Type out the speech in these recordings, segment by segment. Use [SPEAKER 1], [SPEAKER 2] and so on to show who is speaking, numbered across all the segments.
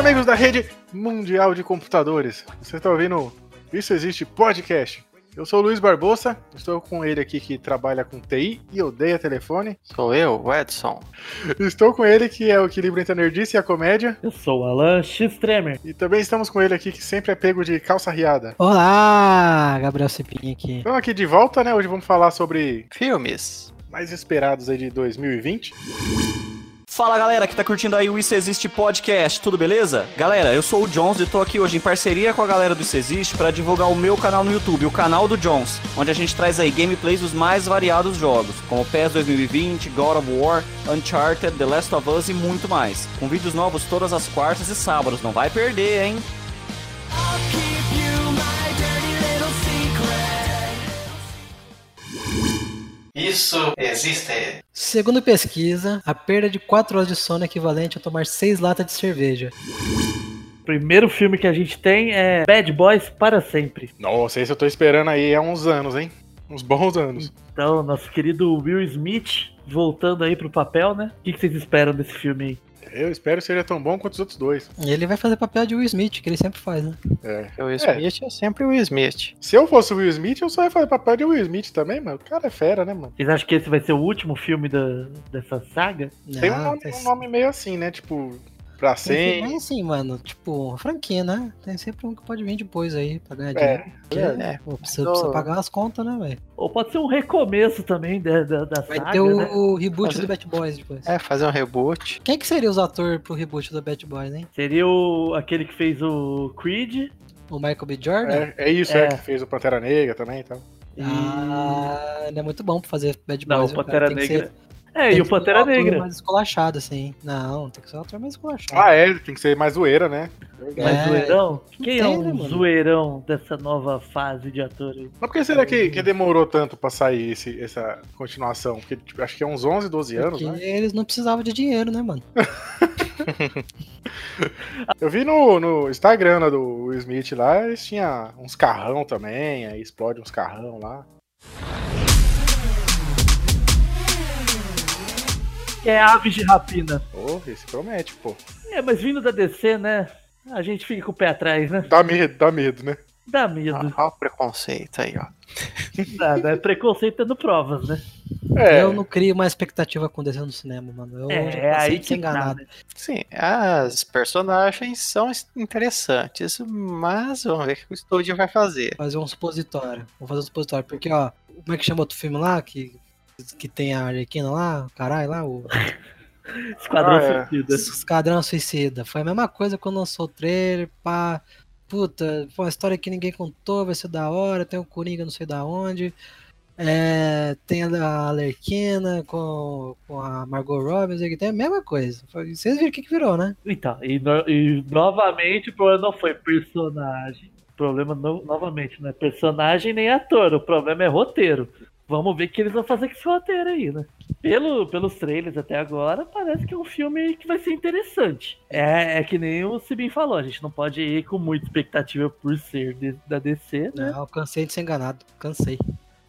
[SPEAKER 1] amigos da rede mundial de computadores. Você está ouvindo Isso Existe Podcast. Eu sou o Luiz Barbosa, estou com ele aqui que trabalha com TI e odeia telefone.
[SPEAKER 2] Sou eu, o Edson.
[SPEAKER 1] Estou com ele que é o equilíbrio entre a nerdice e a comédia.
[SPEAKER 3] Eu sou o Alan Xtremer.
[SPEAKER 1] E também estamos com ele aqui que sempre é pego de calça riada.
[SPEAKER 4] Olá, Gabriel Cepinha aqui.
[SPEAKER 1] Então aqui de volta, né? Hoje vamos falar sobre
[SPEAKER 2] Filmes.
[SPEAKER 1] mais esperados aí de 2020.
[SPEAKER 5] Fala galera que tá curtindo aí o Isso Existe Podcast, tudo beleza? Galera, eu sou o Jones e tô aqui hoje em parceria com a galera do Isso Existe pra divulgar o meu canal no YouTube, o canal do Jones, onde a gente traz aí gameplays dos mais variados jogos, como PES 2020, God of War, Uncharted, The Last of Us e muito mais. Com vídeos novos todas as quartas e sábados, não vai perder, hein?
[SPEAKER 6] Isso existe.
[SPEAKER 4] Segundo pesquisa, a perda de 4 horas de sono é equivalente a tomar 6 latas de cerveja.
[SPEAKER 3] Primeiro filme que a gente tem é Bad Boys para sempre.
[SPEAKER 1] Nossa, esse eu tô esperando aí há uns anos, hein? Uns bons anos.
[SPEAKER 3] Então, nosso querido Will Smith voltando aí pro papel, né? O que que vocês esperam desse filme aí?
[SPEAKER 1] Eu espero que seja tão bom quanto os outros dois.
[SPEAKER 4] E ele vai fazer papel de Will Smith, que ele sempre faz, né?
[SPEAKER 1] É.
[SPEAKER 2] O Will Smith é, sempre o Will Smith.
[SPEAKER 1] Se eu fosse o Will Smith, eu só ia fazer papel de Will Smith também, mano. O cara é fera, né, mano?
[SPEAKER 3] Vocês acham que esse vai ser o último filme da, dessa saga?
[SPEAKER 1] Tem um
[SPEAKER 4] Ah,
[SPEAKER 1] nome,
[SPEAKER 4] tem-
[SPEAKER 1] um nome meio assim, né? Tipo, pra
[SPEAKER 4] Tem
[SPEAKER 1] sempre.
[SPEAKER 4] filme assim, mano, tipo, franquia, né? Tem sempre um que pode vir depois aí pra ganhar dinheiro.
[SPEAKER 1] É,
[SPEAKER 4] porque,
[SPEAKER 2] é.
[SPEAKER 4] pô, precisa, precisa pagar as contas, né, velho?
[SPEAKER 3] Ou pode ser um recomeço também da, da, da
[SPEAKER 4] Vai
[SPEAKER 3] saga,
[SPEAKER 4] ter o,
[SPEAKER 3] né?
[SPEAKER 4] o reboot
[SPEAKER 2] Fazer-
[SPEAKER 4] do Bat Boys depois.
[SPEAKER 2] É, fazer um reboot.
[SPEAKER 4] Quem que seria os atores pro reboot do Bat Boys, hein?
[SPEAKER 3] Seria o, aquele que fez o Creed
[SPEAKER 4] O Michael B. Jordan?
[SPEAKER 1] é, é isso, é.
[SPEAKER 3] É.
[SPEAKER 1] que fez o Pantera Negra também então. e tal.
[SPEAKER 3] e...
[SPEAKER 4] Ah, ele é muito bom pra fazer Bad Boys.
[SPEAKER 3] Não, o
[SPEAKER 4] viu, cara?
[SPEAKER 3] Pantera
[SPEAKER 4] Tem que
[SPEAKER 3] Negra.
[SPEAKER 4] ser-
[SPEAKER 3] É,
[SPEAKER 4] tem
[SPEAKER 3] e
[SPEAKER 4] que
[SPEAKER 3] o
[SPEAKER 4] ser um
[SPEAKER 3] Pantera
[SPEAKER 4] ator
[SPEAKER 3] Negra.
[SPEAKER 4] mais esculachado, assim. Não, tem que ser um ator mais esculachado.
[SPEAKER 1] Ah, é, tem que ser mais zoeira, né?
[SPEAKER 3] Mas
[SPEAKER 4] É.
[SPEAKER 3] zoeirão? Quem é
[SPEAKER 4] tem,
[SPEAKER 3] um
[SPEAKER 4] né, mano?
[SPEAKER 3] zoeirão dessa nova fase de ator aí?
[SPEAKER 1] Mas por que
[SPEAKER 4] É.
[SPEAKER 1] será que, que demorou tanto pra sair esse- essa continuação? Porque tipo, acho que é uns 11, 12 anos,
[SPEAKER 4] Porque
[SPEAKER 1] né?
[SPEAKER 4] eles não precisavam de dinheiro, né, mano?
[SPEAKER 1] Eu vi no, no Instagram né, do Will Smith lá, eles tinham uns carrão também, aí explode uns carrão lá.
[SPEAKER 3] Que é Aves de Rapina.
[SPEAKER 1] Porra, esse promete, pô.
[SPEAKER 3] É, mas vindo da DC, né? A gente fica com o pé atrás, né?
[SPEAKER 1] Dá medo, dá medo, né?
[SPEAKER 3] Dá medo.
[SPEAKER 2] Ah, Olha o preconceito aí, ó.
[SPEAKER 3] Dá, dá É preconceito dando provas, né?
[SPEAKER 1] É,
[SPEAKER 4] Eu não crio mais expectativa com desenho no cinema, mano. Eu já
[SPEAKER 3] É, é
[SPEAKER 4] cansei
[SPEAKER 3] aí
[SPEAKER 4] de
[SPEAKER 3] que
[SPEAKER 4] ser
[SPEAKER 3] tá, né?
[SPEAKER 2] Sim, as personagens são interessantes, mas vamos ver o que o estúdio vai fazer.
[SPEAKER 4] Fazer um supositório. Vou fazer um supositório. Porque, ó, como é que chama outro filme lá? Que, que tem a Arlequina lá? o Caralho, lá? O
[SPEAKER 3] Esquadrão
[SPEAKER 1] Ah, é.
[SPEAKER 3] Suicida.
[SPEAKER 4] Esquadrão Suicida. Foi a mesma coisa quando lançou o trailer, pá. Puta, foi uma história que ninguém contou, vai ser da hora. Tem o Coringa não sei da onde. É, tem a Alerquina com, com a Margot Robbie, não sei o que tem a mesma coisa. Foi- Vocês viram o que, que virou, né?
[SPEAKER 3] Então, e, no- e novamente o problema não foi personagem. O problema no- novamente não é personagem nem ator. O problema é roteiro. Vamos ver o que eles vão fazer com esse roteiro aí, né? Pelo, pelos trailers até agora, parece que é um filme que vai ser interessante. É, é que nem o Sibin falou, a gente não pode ir com muita expectativa por ser de- da DC, né?
[SPEAKER 4] Não, eu cansei Ah, de ser enganado, cansei.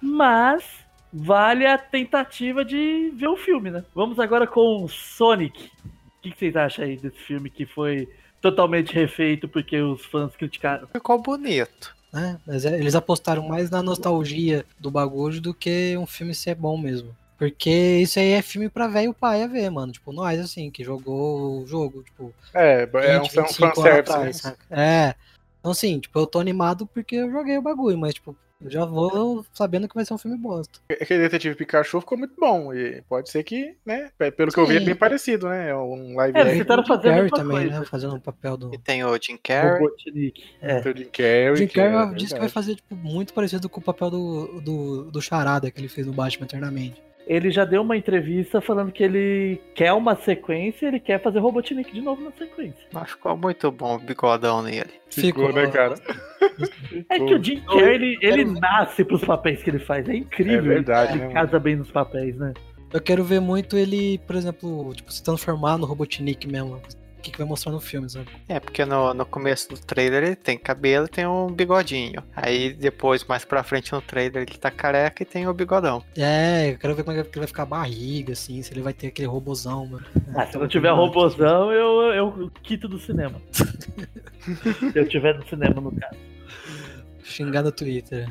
[SPEAKER 3] Mas vale a tentativa de ver o filme, né? Vamos agora com Sonic. O que que vocês acham aí desse filme que foi totalmente refeito porque os fãs criticaram?
[SPEAKER 2] Ficou bonito.
[SPEAKER 4] né? Mas é- eles apostaram mais na nostalgia do bagulho do que um filme ser bom mesmo. Porque isso aí é filme pra velho paia ver, mano. Tipo, nós, assim, que jogou o jogo, tipo,
[SPEAKER 1] é, é um
[SPEAKER 4] 20,
[SPEAKER 1] fan-
[SPEAKER 4] 25 anos
[SPEAKER 1] fanservice.
[SPEAKER 4] atrás,
[SPEAKER 1] né?
[SPEAKER 4] saca? É. Então, assim, tipo, eu tô animado porque eu joguei o bagulho, mas, tipo, eu já vou sabendo que vai ser um filme bosta.
[SPEAKER 1] Aquele detetive Pikachu ficou muito bom. E pode ser que, né? pe- Pelo que eu vi, é
[SPEAKER 4] Sim.
[SPEAKER 1] bem parecido, né? É um live
[SPEAKER 3] É,
[SPEAKER 1] action.
[SPEAKER 3] você tá- Tentaram
[SPEAKER 4] O Jim
[SPEAKER 3] fazer a
[SPEAKER 4] Carrey
[SPEAKER 3] mesma
[SPEAKER 4] também,
[SPEAKER 3] coisa.
[SPEAKER 4] né? Fazendo o papel do.
[SPEAKER 2] E tem o Jim
[SPEAKER 3] O
[SPEAKER 2] Carrey.
[SPEAKER 3] Robotnik. É.
[SPEAKER 1] do Jim Carrey.
[SPEAKER 4] O tá- Jim
[SPEAKER 1] que
[SPEAKER 4] Carrey
[SPEAKER 1] é
[SPEAKER 4] disse que vai
[SPEAKER 1] verdade.
[SPEAKER 4] fazer, tipo, muito parecido com o papel do, do, do Charada que ele fez no Batman Eternamente.
[SPEAKER 3] Ele já deu uma entrevista falando que ele quer uma sequência, ele quer fazer Robotnik de novo na sequência.
[SPEAKER 2] Mas ficou muito bom o bigodão nele.
[SPEAKER 1] Ficou, né, cara?
[SPEAKER 3] É que o Jim Carrey, ele, ele nasce pros papéis que ele faz. É
[SPEAKER 1] Então, É
[SPEAKER 3] incrível.
[SPEAKER 1] verdade, né?
[SPEAKER 3] ele
[SPEAKER 1] mano?
[SPEAKER 3] casa bem nos papéis, né?
[SPEAKER 4] Eu quero ver muito ele, por exemplo, tipo, se transformar no Robotnik mesmo. o que, que vai mostrar no filme, sabe?
[SPEAKER 2] É, porque no, no começo do trailer ele tem cabelo e tem um bigodinho. Aí depois, mais pra frente no trailer, ele tá careca e tem o bigodão.
[SPEAKER 4] É, eu quero ver como é que vai ficar a barriga, assim, se ele vai ter aquele robozão, mano.
[SPEAKER 1] É,
[SPEAKER 4] Então, tipo,
[SPEAKER 3] Ah,
[SPEAKER 1] então
[SPEAKER 3] se não tiver robozão, eu, eu quito do cinema. se eu tiver no cinema, no caso.
[SPEAKER 4] Xingar no Twitter.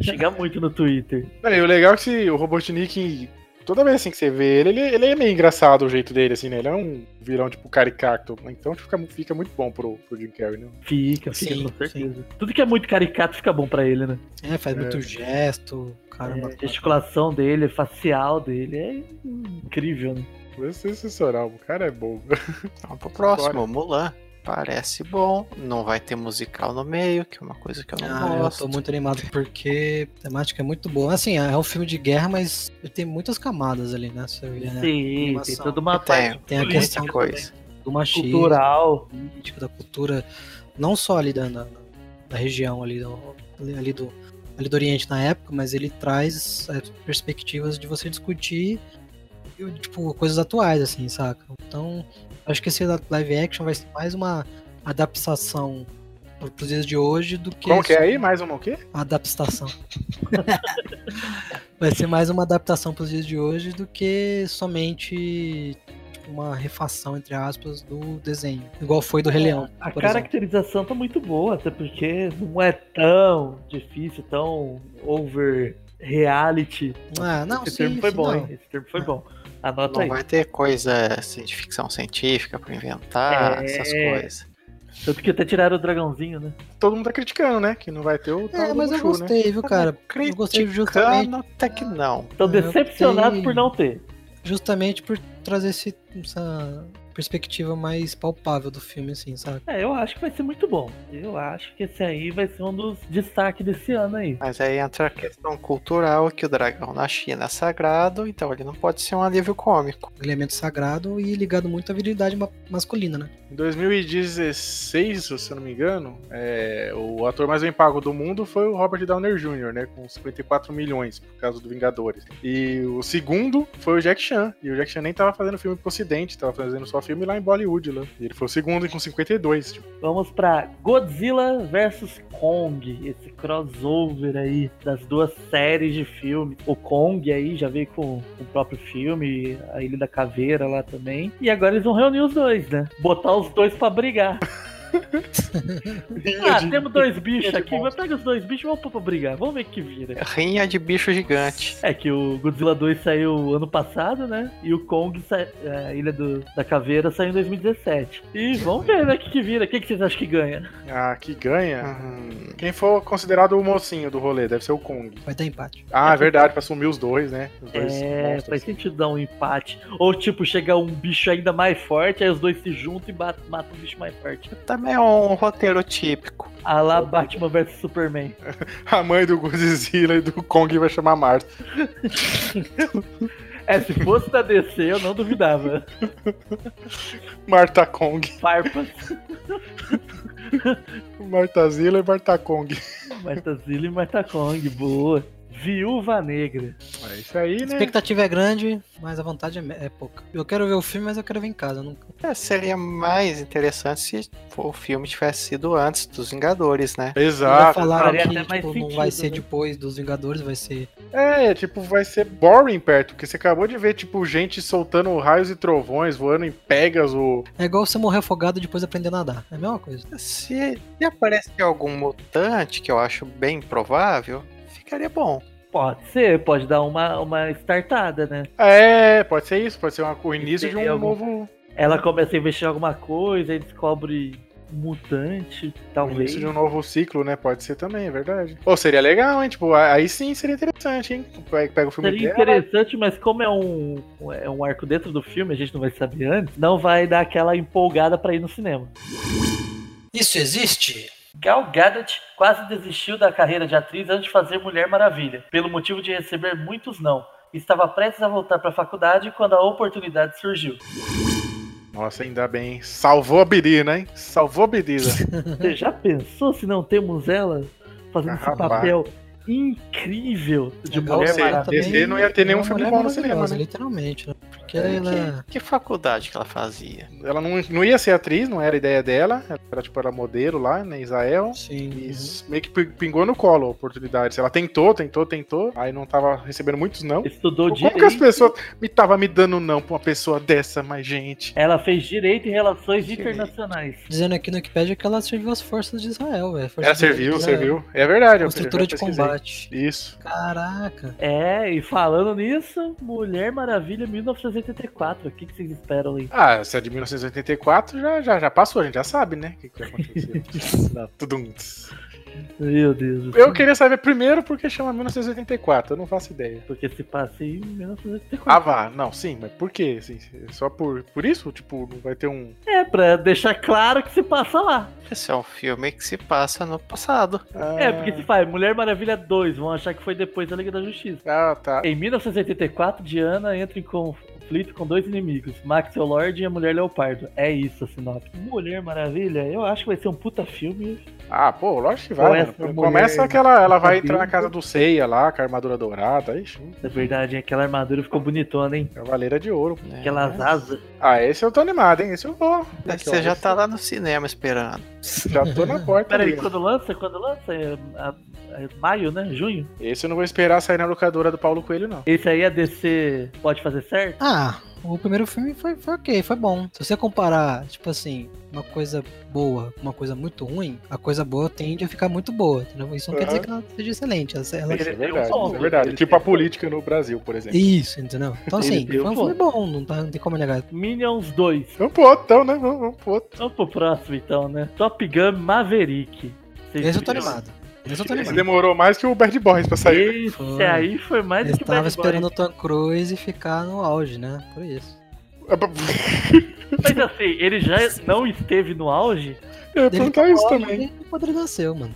[SPEAKER 3] Xingar muito no Twitter.
[SPEAKER 1] Não, e o legal é que se o Robotnik, toda vez assim que você vê ele, ele, ele é meio engraçado o jeito dele, assim, né? Ele é um vilão, tipo, caricato. Então fica, fica muito bom pro, pro Jim Carrey, né?
[SPEAKER 3] Fica, fica,
[SPEAKER 4] Sim,
[SPEAKER 3] com certeza. Tudo que é muito caricato fica bom pra ele, né?
[SPEAKER 4] É, faz
[SPEAKER 1] É.
[SPEAKER 4] muito gesto, caramba.
[SPEAKER 3] É, gesticulação dele, facial dele, é incrível, né?
[SPEAKER 1] É sensacional, o cara é bom.
[SPEAKER 2] Vamos pro próximo, Mulan. Parece bom, não vai ter musical no meio, que é uma coisa que eu não
[SPEAKER 4] Ah, eu
[SPEAKER 2] gosto.
[SPEAKER 4] tô muito animado porque a temática é muito boa. Assim, é um filme de guerra, mas ele tem muitas camadas ali, né? Você vê,
[SPEAKER 3] Sim,
[SPEAKER 4] né?
[SPEAKER 3] tem
[SPEAKER 4] animação.
[SPEAKER 3] toda uma
[SPEAKER 2] Tem,
[SPEAKER 3] parte
[SPEAKER 4] Tem a
[SPEAKER 3] política
[SPEAKER 4] questão
[SPEAKER 2] Muita coisa.
[SPEAKER 4] do machismo,
[SPEAKER 3] cultural.
[SPEAKER 4] política, da cultura, não só ali da, da, da região ali do, ali do ali do Oriente na época, mas ele traz é, perspectivas de você discutir eu, tipo coisas atuais assim, saca? Então acho que esse live action vai ser mais uma adaptação pro- pros dias de hoje do que
[SPEAKER 1] Como que é aí? Mais uma o quê?
[SPEAKER 4] adaptação. Vai ser mais uma adaptação para os dias de hoje do que somente tipo, uma refação, entre aspas, do desenho. Igual foi do Rei Leão.
[SPEAKER 3] A
[SPEAKER 4] por exemplo.
[SPEAKER 3] caracterização tá muito boa, até porque não é tão difícil, tão over reality.
[SPEAKER 4] Ah, não,
[SPEAKER 3] Esse
[SPEAKER 4] sim,
[SPEAKER 3] termo foi
[SPEAKER 4] sim,
[SPEAKER 3] bom,
[SPEAKER 4] não.
[SPEAKER 3] hein? Esse termo foi
[SPEAKER 4] Não.
[SPEAKER 3] bom. Anota
[SPEAKER 2] Não
[SPEAKER 3] aí.
[SPEAKER 2] vai ter coisa assim, de ficção científica pra inventar,
[SPEAKER 3] É.
[SPEAKER 2] essas coisas.
[SPEAKER 3] Tanto que até tiraram o dragãozinho, né?
[SPEAKER 1] Todo mundo tá criticando, né? Que não vai ter o tal
[SPEAKER 4] É,
[SPEAKER 1] do
[SPEAKER 4] mas eu
[SPEAKER 1] Mushu, né?
[SPEAKER 4] gostei, viu,
[SPEAKER 3] Tá
[SPEAKER 4] cara? Eu gostei justamente,
[SPEAKER 2] Criticando até que não.
[SPEAKER 3] Estão
[SPEAKER 4] Ah, eu
[SPEAKER 3] decepcionados
[SPEAKER 4] tenho-
[SPEAKER 3] por não ter.
[SPEAKER 4] justamente por trazer esse- essa perspectiva mais palpável do filme, assim, sabe?
[SPEAKER 3] É, eu acho que vai ser muito bom. Eu acho que esse aí vai ser um dos destaques desse ano aí.
[SPEAKER 2] Mas aí entra a questão cultural que o dragão na China é sagrado, então ele não pode ser um alívio cômico.
[SPEAKER 4] Elemento é sagrado e ligado muito à virilidade ma- masculina, né?
[SPEAKER 1] Em 2016, se eu não me engano, é, o ator mais bem pago do mundo foi o Robert Downer Jr., né? Com 54 milhões, por causa do Vingadores. E o segundo foi o Jack Chan. E o Jack Chan nem tava fazendo filme pro Ocidente, tava fazendo só filme lá em Bollywood, lá. E ele foi o segundo com 52. Tipo,
[SPEAKER 3] Vamos pra Godzilla vs Kong, esse crossover aí das duas séries de filme. O Kong aí já veio com o próprio filme, a Ilha da Caveira lá também. E agora eles vão reunir os dois, né? Botar os dois pra brigar. ah, temos dois bichos aqui, mas pega os dois bichos e vamos pôr pra brigar. Vamos ver o que vira.
[SPEAKER 2] Rinha de bicho gigante.
[SPEAKER 3] É que o Godzilla 2 saiu ano passado, né? E o Kong, sa- é, a Ilha do- da Caveira, saiu em 2017. E vamos ver, né? O que, que vira? Quem que vocês acham que ganha?
[SPEAKER 1] ah, que ganha.
[SPEAKER 3] Uhum.
[SPEAKER 2] Hum,
[SPEAKER 1] Quem for considerado o mocinho do rolê, deve ser o Kong.
[SPEAKER 4] Vai dar empate.
[SPEAKER 1] Ah, é verdade, pra sumir os dois, né? Os dois
[SPEAKER 3] É, faz
[SPEAKER 1] monstros.
[SPEAKER 3] sentido dar um empate. Ou tipo, chega um bicho ainda mais forte, aí os dois se juntam e bat- matam o bicho mais forte.
[SPEAKER 2] também é um roteiro típico.
[SPEAKER 3] A lá Batman vs Superman.
[SPEAKER 1] A mãe do Godzilla e do Kong vai chamar Marta.
[SPEAKER 3] É, se fosse da DC, eu não duvidava.
[SPEAKER 1] Marta Kong.
[SPEAKER 3] Farpas,
[SPEAKER 1] Martazilla e Marta Kong.
[SPEAKER 3] Marta Zilla e Marta tá Kong, boa. Viúva Negra.
[SPEAKER 1] É isso aí,
[SPEAKER 4] A
[SPEAKER 1] né?
[SPEAKER 4] expectativa é grande, mas a vontade é me- é pouca. Eu quero ver o filme, mas eu quero ver em casa. eu não-
[SPEAKER 2] É, seria mais interessante se o filme tivesse sido antes dos Vingadores, né?
[SPEAKER 4] Já
[SPEAKER 1] Exato.
[SPEAKER 4] falaram
[SPEAKER 3] Ah, faria
[SPEAKER 4] que
[SPEAKER 3] até mais
[SPEAKER 4] tipo, não
[SPEAKER 3] sentido,
[SPEAKER 4] vai ser
[SPEAKER 3] né?
[SPEAKER 4] depois dos Vingadores, vai ser.
[SPEAKER 1] É, tipo, vai ser boring perto, porque você acabou de ver, tipo, gente soltando raios e trovões, voando em Pegasus.
[SPEAKER 4] É igual você morrer afogado e depois aprender a nadar. É a mesma coisa.
[SPEAKER 2] Se, se aparecer algum mutante, que eu acho bem provável, ficaria bom.
[SPEAKER 3] Pode ser, pode dar uma, uma startada, né?
[SPEAKER 1] É, pode ser isso, pode ser uma, o início de
[SPEAKER 3] Tem
[SPEAKER 1] um
[SPEAKER 3] algum-
[SPEAKER 1] novo.
[SPEAKER 3] Ela começa a investigar alguma coisa, aí descobre um mutante,
[SPEAKER 1] o
[SPEAKER 3] talvez.
[SPEAKER 1] início de um novo ciclo, né? Pode ser também, é verdade. Ou seria legal, hein? Tipo, aí sim seria interessante, hein? Pega pega o filme
[SPEAKER 3] Seria
[SPEAKER 1] dela.
[SPEAKER 3] interessante, mas como é um, é um arco dentro do filme, a gente não vai saber antes, não vai dar aquela empolgada pra ir no cinema.
[SPEAKER 4] Isso existe?
[SPEAKER 3] Gal Gadot quase desistiu da carreira de atriz antes de fazer Mulher Maravilha, pelo motivo de receber muitos não. Estava prestes a voltar pra faculdade quando a oportunidade surgiu.
[SPEAKER 1] Nossa, ainda bem. Salvou a Birina, hein? Salvou a Birina.
[SPEAKER 3] Você já pensou se não temos ela fazendo
[SPEAKER 1] Rapaz.
[SPEAKER 3] esse papel incrível de
[SPEAKER 4] É,
[SPEAKER 3] Mulher
[SPEAKER 1] Ou seja,
[SPEAKER 3] Maravilha.
[SPEAKER 4] também
[SPEAKER 1] DC não ia ter
[SPEAKER 4] é
[SPEAKER 1] nenhum
[SPEAKER 4] uma
[SPEAKER 1] filme
[SPEAKER 4] mulher
[SPEAKER 1] bom no cinema,
[SPEAKER 4] maravilhosa,
[SPEAKER 1] né?
[SPEAKER 4] Literalmente, né? Porque
[SPEAKER 2] É,
[SPEAKER 4] ela.
[SPEAKER 2] Que, que faculdade que ela fazia?
[SPEAKER 1] Ela não, não ia ser atriz, não era a ideia dela. Era tipo, era modelo lá, né? Israel.
[SPEAKER 4] Sim.
[SPEAKER 1] E s- meio que pi- pingou no colo a oportunidade. Ela tentou, tentou, tentou. Aí não tava recebendo muitos não.
[SPEAKER 3] Estudou
[SPEAKER 1] Como que as
[SPEAKER 3] direito.
[SPEAKER 1] pessoas me tava me dando não pra uma pessoa dessa, mas gente.
[SPEAKER 3] Ela fez direito e relações
[SPEAKER 2] Direito.
[SPEAKER 3] internacionais.
[SPEAKER 4] Dizendo aqui no Wikipedia que ela serviu as forças de Israel, velho. Força
[SPEAKER 1] Ela
[SPEAKER 4] de-
[SPEAKER 1] serviu,
[SPEAKER 4] ela-
[SPEAKER 1] serviu. É verdade, eu
[SPEAKER 4] Construtora
[SPEAKER 1] já
[SPEAKER 4] de
[SPEAKER 1] pesquisei.
[SPEAKER 4] combate.
[SPEAKER 1] Isso.
[SPEAKER 4] Caraca.
[SPEAKER 3] É, e falando nisso, Mulher Maravilha 1984. O que, que vocês esperam aí?
[SPEAKER 1] Ah, se é de 1984 já, já, já passou, a gente já sabe, né? O que, que vai acontecer. Tudum.
[SPEAKER 3] Meu Deus. do
[SPEAKER 1] um. Eu
[SPEAKER 3] céu.
[SPEAKER 1] queria saber primeiro porque chama 1984, eu não faço ideia.
[SPEAKER 3] Porque se passa em 1984.
[SPEAKER 1] Ah, vá, não, sim, mas por quê? Assim, só por, por isso? Tipo, não vai ter um.
[SPEAKER 3] É, pra deixar claro que se passa lá.
[SPEAKER 2] Esse é um filme que se passa no passado.
[SPEAKER 1] Ah,
[SPEAKER 3] É, porque se faz Mulher Maravilha 2, vão achar que foi depois da Liga da Justiça.
[SPEAKER 1] Ah, tá.
[SPEAKER 3] Em 1984, Diana entra em conflito com dois inimigos, Maxwell Lord e a Mulher Leopardo. É isso, sinop. Mulher Maravilha, eu acho que vai ser um puta filme.
[SPEAKER 1] Ah, pô, lógico que vai.
[SPEAKER 3] Começa
[SPEAKER 1] mano.
[SPEAKER 3] a
[SPEAKER 1] Começa
[SPEAKER 3] mulher
[SPEAKER 1] que ela, ela vai
[SPEAKER 3] cabelo.
[SPEAKER 1] entrar na casa do Ceia lá, com a armadura dourada. Ixi, hum,
[SPEAKER 3] Na verdade, é aquela armadura ficou bonitona, hein?
[SPEAKER 1] cavaleira de ouro.
[SPEAKER 2] né?
[SPEAKER 3] Aquelas asas.
[SPEAKER 1] Ah, esse eu tô animado, hein? Esse eu vou.
[SPEAKER 2] Mas
[SPEAKER 1] Aqui, ó,
[SPEAKER 2] Você já
[SPEAKER 1] esse-
[SPEAKER 2] tá lá no cinema esperando.
[SPEAKER 1] Já tô na porta.
[SPEAKER 3] Peraí,
[SPEAKER 1] ali.
[SPEAKER 3] quando lança? Quando lança? É, a- é maio, né? Junho?
[SPEAKER 1] Esse eu não vou esperar sair na locadora do Paulo Coelho, não.
[SPEAKER 3] Esse aí a DC pode fazer certo?
[SPEAKER 4] Ah, o primeiro filme foi, foi ok, foi bom. Se você comparar, tipo assim, uma coisa boa com uma coisa muito ruim, a coisa boa tende a ficar muito boa, entendeu? Isso não quer dizer
[SPEAKER 1] Aham.
[SPEAKER 4] que ela seja excelente. ela- ela-
[SPEAKER 1] Isso é
[SPEAKER 3] tem um
[SPEAKER 1] verdade,
[SPEAKER 3] ponto,
[SPEAKER 1] isso é verdade.
[SPEAKER 3] ele
[SPEAKER 1] Tipo
[SPEAKER 3] tem
[SPEAKER 1] a política no Brasil, por exemplo.
[SPEAKER 4] Isso, entendeu? Então assim,
[SPEAKER 3] Ele deu
[SPEAKER 4] foi um filme bom, não, tá, não tem como negar.
[SPEAKER 3] Minions 2.
[SPEAKER 1] Vamos pro outro, então, né? Vamos, vamos pro outro.
[SPEAKER 3] Vamos pro próximo então, né? Top Gun Maverick. Vocês
[SPEAKER 4] Esse eu tô
[SPEAKER 3] viram?
[SPEAKER 4] animado. Esse eu tô
[SPEAKER 1] Esse
[SPEAKER 4] animado.
[SPEAKER 1] demorou mais que o Bad Boys pra sair.
[SPEAKER 3] Esse
[SPEAKER 4] Foi.
[SPEAKER 3] aí foi mais do
[SPEAKER 4] Eles
[SPEAKER 3] que Bad
[SPEAKER 4] estavam
[SPEAKER 3] Boys.
[SPEAKER 4] esperando o Tom Cruise ficar no auge, né? Por isso.
[SPEAKER 3] Mas assim, ele já não esteve no auge?
[SPEAKER 1] É, Eu ia
[SPEAKER 4] Dele
[SPEAKER 1] perguntar isso
[SPEAKER 4] ficou no
[SPEAKER 1] também.
[SPEAKER 4] auge, ele- Quando ele nasceu, mano.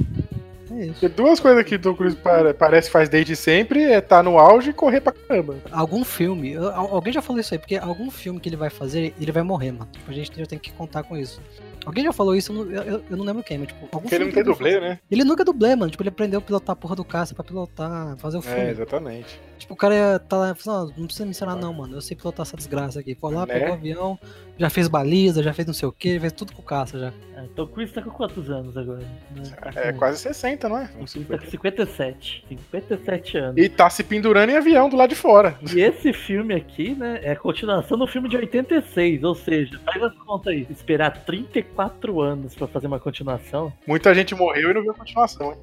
[SPEAKER 4] É isso.
[SPEAKER 1] Porque duas coisas que o Tom Cruise pare- parece que faz desde sempre é tá no auge e correr pra caramba.
[SPEAKER 4] Algum filme, al- alguém já falou isso aí, porque algum filme que ele vai fazer, ele vai morrer, mano. Tipo, a gente já tem que contar com isso. Alguém já falou isso, eu não, eu- eu não lembro quem, mas tipo, algum
[SPEAKER 1] Porque ele
[SPEAKER 4] filme
[SPEAKER 1] não
[SPEAKER 4] que
[SPEAKER 1] tem
[SPEAKER 4] vai fazer-
[SPEAKER 1] dublê, né?
[SPEAKER 4] Ele nunca é dublê, mano. Tipo, ele aprendeu a pilotar a porra do caça pra pilotar, fazer o filme.
[SPEAKER 1] É, exatamente.
[SPEAKER 4] Tipo, o cara ia tá lá e falou, "Não, não precisa me ensinar não, mano. Eu sei pilotar essa desgraça aqui. Foi lá,
[SPEAKER 1] Né?
[SPEAKER 4] pegou o avião, já fez baliza, já fez não sei o que, fez tudo com caça já.
[SPEAKER 3] É, Tom Cruise tá com quantos anos agora? Né? Tá
[SPEAKER 1] É
[SPEAKER 3] com-
[SPEAKER 1] quase 60, não é?
[SPEAKER 3] Tom Cruise tá com 57. 57 anos.
[SPEAKER 1] E tá se pendurando em avião do lado de fora.
[SPEAKER 3] E esse filme aqui, né, é a continuação do filme de 86, ou seja, faz as contas aí. Esperar 34 anos pra fazer uma continuação.
[SPEAKER 1] Muita gente morreu e não viu a continuação. hein?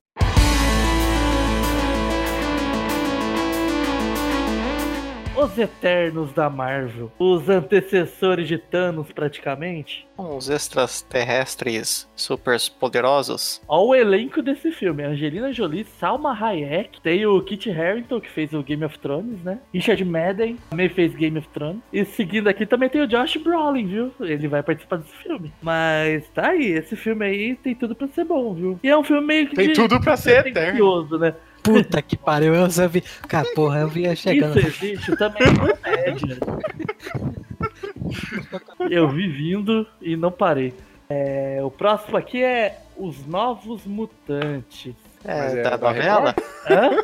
[SPEAKER 3] Os Eternos da Marvel, os antecessores de Thanos praticamente.
[SPEAKER 2] Uns extraterrestres super poderosos.
[SPEAKER 3] Olha o elenco desse filme: Angelina Jolie, Salma Hayek, tem o Kit Harington, que fez o Game of Thrones, né? Richard Madden também fez Game of Thrones. E seguindo aqui também tem o Josh Brolin, viu? Ele vai participar desse filme. Mas tá aí, esse filme aí tem tudo pra ser bom, viu? E é um filme meio que.
[SPEAKER 1] Tem
[SPEAKER 3] de-
[SPEAKER 1] tudo pra ser eterno.
[SPEAKER 3] pretencioso, né?
[SPEAKER 4] Puta que pariu, eu já vi. Cara, porra, eu via chegando.
[SPEAKER 3] Isso existe também é comédia. Eu vi vindo e não parei. É, o próximo aqui é Os Novos Mutantes.
[SPEAKER 1] Mas
[SPEAKER 2] É,
[SPEAKER 1] é
[SPEAKER 2] da,
[SPEAKER 1] da
[SPEAKER 2] novela?
[SPEAKER 3] Hã?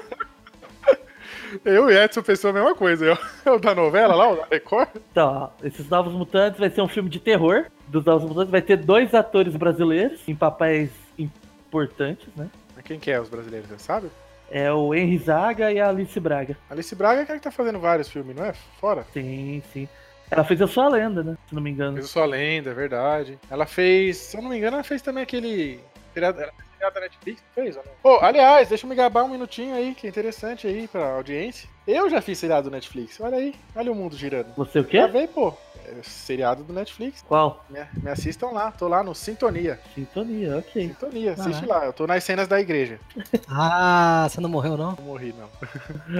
[SPEAKER 1] Eu e Edson pensou a mesma coisa. Eu, eu da novela lá, o da Record.
[SPEAKER 3] Então, ó, esses Novos Mutantes vai ser um filme de terror dos Novos Mutantes. Vai ter dois atores brasileiros em papéis importantes, né?
[SPEAKER 1] Mas Quem que é os brasileiros, você sabe?
[SPEAKER 3] É o Henry Zaga e a Alice Braga.
[SPEAKER 1] Alice Braga é aquela que tá fazendo vários filmes, não é?
[SPEAKER 3] Hum.
[SPEAKER 1] Fora.
[SPEAKER 3] Sim, sim. Ela fez a sua lenda, né? Se não me engano.
[SPEAKER 1] Fez o Sua Lenda, é verdade. Ela fez, se eu não me engano, ela fez também aquele. seriado- Ela fez seriado da Netflix, não fez? ou não? Ô, aliás, deixa eu me gabar um minutinho aí, que é interessante aí pra audiência. Eu já fiz seriado do Netflix, olha aí. Olha o mundo girando.
[SPEAKER 3] Você o
[SPEAKER 1] Já
[SPEAKER 3] quê?
[SPEAKER 1] veio, pô. É, seriado do Netflix.
[SPEAKER 3] Qual?
[SPEAKER 1] Me, me assistam lá, tô lá no Sintonia.
[SPEAKER 3] Sintonia, ok.
[SPEAKER 1] Sintonia, assiste lá. Eu tô nas cenas da igreja.
[SPEAKER 4] Ah, você não morreu não?
[SPEAKER 1] Não morri, não.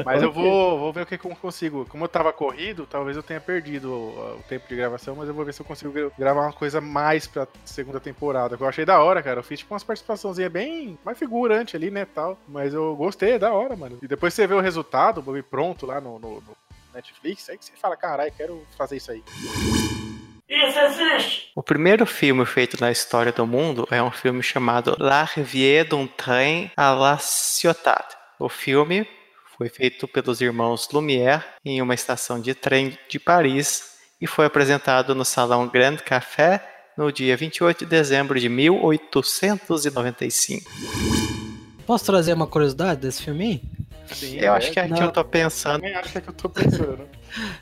[SPEAKER 1] Mas eu vou, vou ver o que eu consigo. Como eu tava corrido, talvez eu tenha perdido o, o tempo de gravação, mas eu vou ver se eu consigo gra- gravar uma coisa mais pra segunda temporada. que Eu achei da hora, cara. Eu fiz tipo umas participaçãozinhas bem mais figurante ali, né, tal. Mas eu gostei, é da hora, mano. E depois você vê o resultado, o bagulho pronto lá no, no- no Netflix, aí que você fala, caralho, quero fazer isso aí.
[SPEAKER 3] Isso existe!
[SPEAKER 2] O primeiro filme feito na história do mundo é um filme chamado La Rivière d'un Train à la Ciotat. O filme foi feito pelos irmãos Lumière em uma estação de trem de Paris e foi apresentado no Salão Grand Café no dia 28 de dezembro de 1895.
[SPEAKER 4] Posso trazer uma curiosidade desse filminho?
[SPEAKER 1] Sim,
[SPEAKER 2] Eu acho que é que
[SPEAKER 4] Não.
[SPEAKER 2] eu tô pensando.
[SPEAKER 1] Também acho que é que eu tô pensando.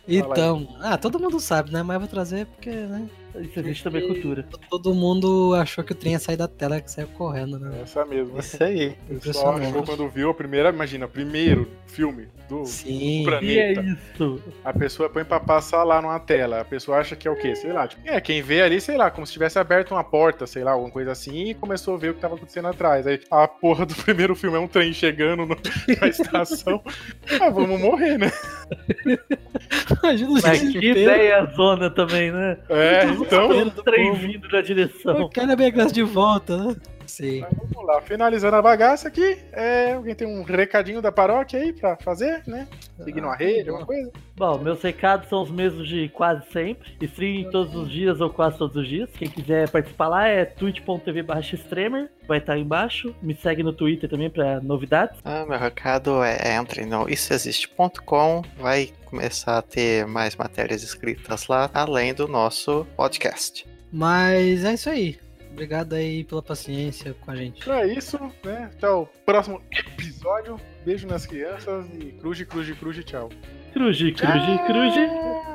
[SPEAKER 4] Então, ah, todo mundo sabe, né? Mas eu vou trazer porque, né?
[SPEAKER 3] Isso a gente também é cultura.
[SPEAKER 4] Todo mundo achou que o trem ia sair da tela que saiu correndo, né?
[SPEAKER 1] Essa mesmo. né?
[SPEAKER 2] Isso aí.
[SPEAKER 1] O pessoal achou
[SPEAKER 4] Impressionante.
[SPEAKER 1] quando viu a primeira, imagina, primeiro filme do
[SPEAKER 4] Sim.
[SPEAKER 1] Pra-
[SPEAKER 3] E é
[SPEAKER 1] Planeta.
[SPEAKER 3] isso.
[SPEAKER 1] A pessoa põe pra passar lá numa tela. A pessoa acha que é o quê? Sei lá. tipo, é, quem vê ali, sei lá, como se tivesse aberto uma porta, sei lá, alguma coisa assim, e começou a ver o que tava acontecendo atrás. Aí a porra do primeiro filme é um trem chegando no- na estação. ah, vamos morrer, né?
[SPEAKER 4] Imagina o
[SPEAKER 2] Mas
[SPEAKER 4] gente
[SPEAKER 3] Que
[SPEAKER 4] inteiro.
[SPEAKER 3] ideia zona também, né?
[SPEAKER 1] É, então.
[SPEAKER 4] Inteiro
[SPEAKER 3] Um
[SPEAKER 4] do
[SPEAKER 3] trem
[SPEAKER 4] povo.
[SPEAKER 3] vindo da
[SPEAKER 4] Eu
[SPEAKER 3] direção.
[SPEAKER 4] quero a minha graça de volta, né? Sim.
[SPEAKER 1] Mas Vamos lá, finalizando a bagaça aqui. é, alguém tem um recadinho da paróquia aí pra fazer, né? Seguir numa rede, alguma coisa?
[SPEAKER 3] Bom, meus recados são os mesmos de quase sempre. Stream todos os dias ou quase todos os dias. Quem quiser participar lá é twitch.tv streamer, vai estar aí embaixo. Me segue no Twitter também pra novidades.
[SPEAKER 2] Ah, meu recado é entre no issoexiste.com, vai começar a ter mais matérias escritas lá, além do nosso podcast.
[SPEAKER 4] Mas é isso aí. Obrigado aí pela paciência com a gente.
[SPEAKER 1] Então é isso, né? Até o próximo episódio. Beijo nas crianças e cruze, cruze, cruze, tchau.
[SPEAKER 2] Ah.
[SPEAKER 3] Cruji, cruji, cruji.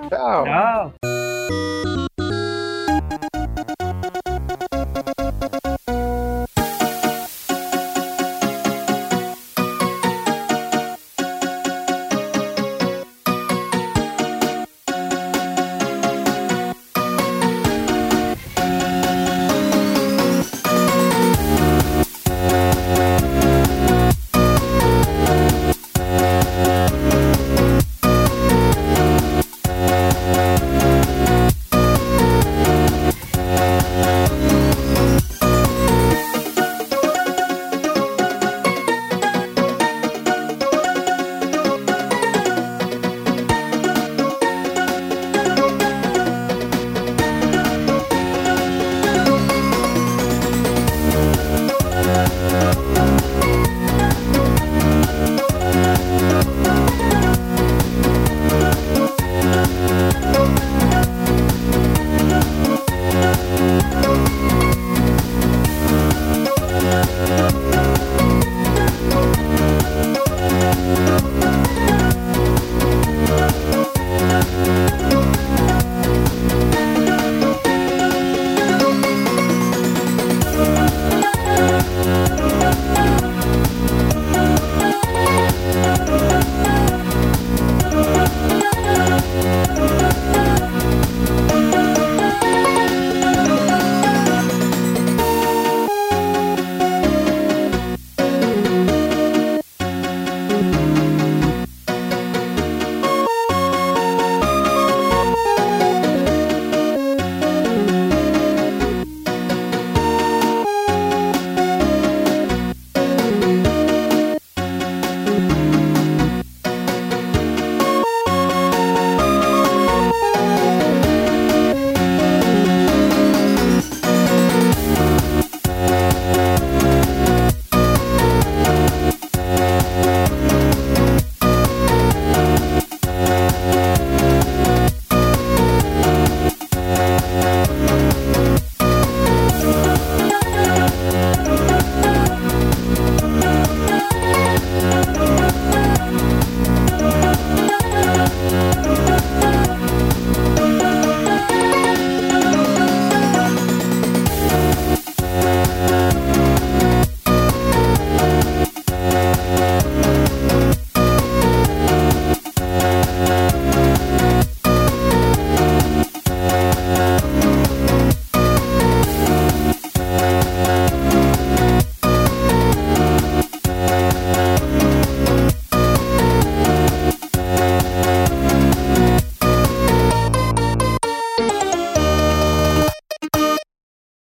[SPEAKER 2] Tchau!
[SPEAKER 3] Tchau.